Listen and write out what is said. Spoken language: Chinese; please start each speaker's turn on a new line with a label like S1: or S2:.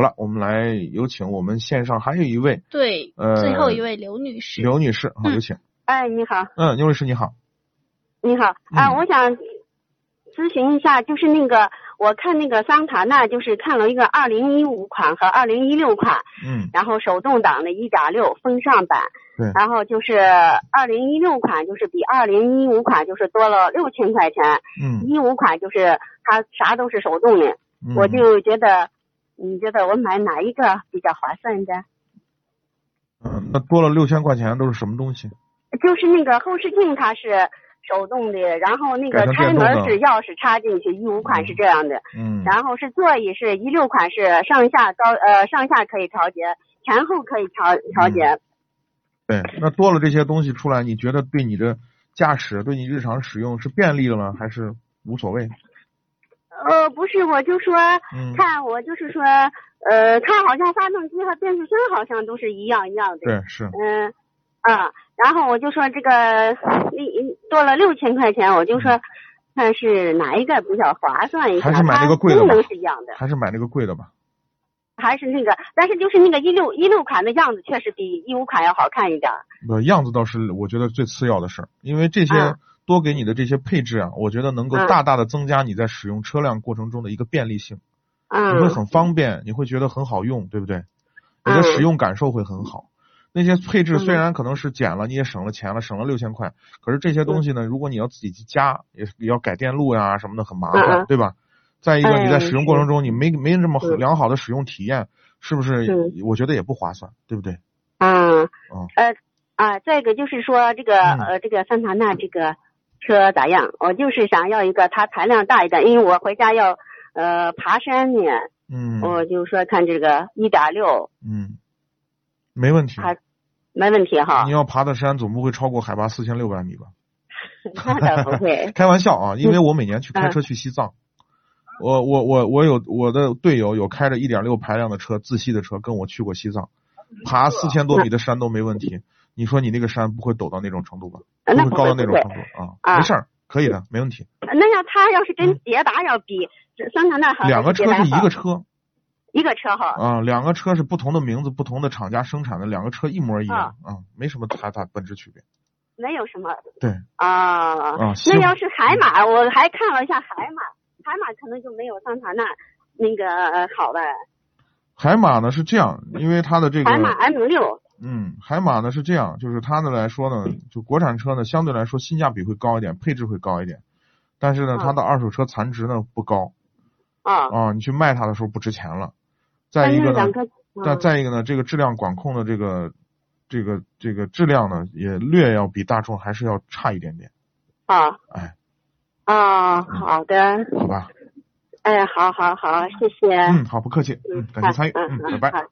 S1: 好了，我们来有请我们线上还有一位
S2: 对，
S1: 呃
S2: 最后一位刘女士，
S1: 刘女士，好，
S2: 嗯
S1: 有请。
S3: 哎，你好，
S1: 嗯，刘女士你好。
S3: 你好，啊，
S1: 嗯
S3: 我想咨询一下，就是那个我看那个桑塔纳，就是看了一个二零一五款和二零一六款，
S1: 嗯
S3: 然后手动挡的一点六风尚版
S1: 对，
S3: 然后就是二零一六款就是比二零一五款就是多了六千块钱，
S1: 嗯
S3: 一五款就是它啥都是手动的，
S1: 嗯，
S3: 我就觉得你觉得我买哪一个比较划算的？
S1: 嗯，那多了六千块钱都是什么东西？
S3: 就是那个后视镜它是手动的，然后那
S1: 改
S3: 个
S1: 成
S3: 开
S1: 电动的
S3: 门是钥匙插进去，一五款是这样的，
S1: 嗯
S3: 然后是座椅是一六款是上下高呃上下可以调节，前后可以调调节。
S1: 对，那多了这些东西出来，你觉得对你的驾驶、对你日常使用是便利了吗？还是无所谓？
S3: 呃，不是，我就说
S1: 嗯，
S3: 看我就是说呃，它好像发动机和变速箱好像都是一样一样的。
S1: 对，是，
S3: 嗯，啊，然后我就说这个一多了六千块钱，我就说看是哪一个比较划算一下，
S1: 嗯还是买那个
S3: 它
S1: 贵的
S3: 功
S1: 吧
S3: 能是一样的，
S1: 还是买那个贵的吧。
S3: 还是那个，但是就是那个一六一六款的样子确实比一五款要好看一点儿。
S1: 呃，样子倒是我觉得最次要的事儿，因为这些
S3: 嗯
S1: 多给你的这些配置啊，我觉得能够
S3: 嗯
S1: 大大的增加你在使用车辆过程中的一个便利性，你会
S3: 嗯，
S1: 很方便，你会觉得很好用，对不对？你的使用感受会很好。那些配置
S3: 嗯
S1: 虽然可能是减了，你也省了钱了，省了六千块，可是这些东西呢，如果你要自己去加，也是也要改电路呀、什么的，很麻
S3: 嗯
S1: 烦，
S3: 嗯
S1: 对吧？再一个，
S3: 哎
S1: 你在使用过程中，你没没这么
S3: 嗯
S1: 良好的使用体验，是不是？
S3: 嗯
S1: 我觉得也不划算，对不对？
S3: 嗯
S1: 嗯，
S3: 呃啊，再一个就是说这个、
S1: 嗯
S3: 呃这个桑塔纳这个车咋样？我就是想要一个它排量大一点，因为我回家要呃爬山呢，
S1: 嗯
S3: 我就说看这个一点六
S1: 嗯，没问题。
S3: 还没问题哈
S1: 你。要爬的山总不会超过海拔四千六百米吧？。
S3: 那倒不会
S1: 开玩笑啊，
S3: 嗯
S1: 因为我每年去开车去西藏，我我我我有我的队友有开着一点六排量的车自吸的车跟我去过西藏，
S3: 嗯
S1: 爬
S3: 啊
S1: 四千多米的山都没问题。你说你那个山不会陡到那种程度吧？
S3: 呃那
S1: 会
S3: 不
S1: 高到
S3: 会
S1: 那
S3: 不
S1: 种
S3: 会
S1: 程，度啊？
S3: 啊
S1: 没事儿，可以的，没问题。
S3: 那要它要是跟捷达要比，这桑塔纳好
S1: 嗯
S3: 还
S1: 两个
S3: 捷
S1: 车
S3: 达
S1: 是一
S3: 好
S1: 个车
S3: 一个车哈。
S1: 啊，两个车是不同的名字、不同的厂家生产的，两个车一模一样啊，没什么太大本质区别
S3: 没有什么。
S1: 对。
S3: 啊。
S1: 啊。西
S3: 那
S1: 湖
S3: 要是海马，我还看了一下海马，海马可能就没有桑塔纳那个呃好吧。
S1: 海马呢是这样，因为它的这个
S3: 海马 M 六，
S1: 嗯，海马呢是这样，就是它的来说呢，
S3: 嗯
S1: 就国产车呢相对来说性价比会高一点，配置会高一点，但是呢，
S3: 嗯
S1: 它的二手车残值呢不高
S3: 啊，
S1: 啊，你去卖它的时候不值钱了。再
S3: 但
S1: 一
S3: 是
S1: 个呢
S3: 两，个，
S1: 再
S3: 嗯
S1: 再一个呢，这个质量管控的这个这个这个质量呢，也略要比大众还是要差一点点，
S3: 啊
S1: 哎，
S3: 啊，好的，
S1: 好吧？嗯
S3: 哎，好好好，谢谢，
S1: 嗯，好，不客气，嗯，感谢参与，
S3: 嗯
S1: 嗯，拜拜。
S3: 好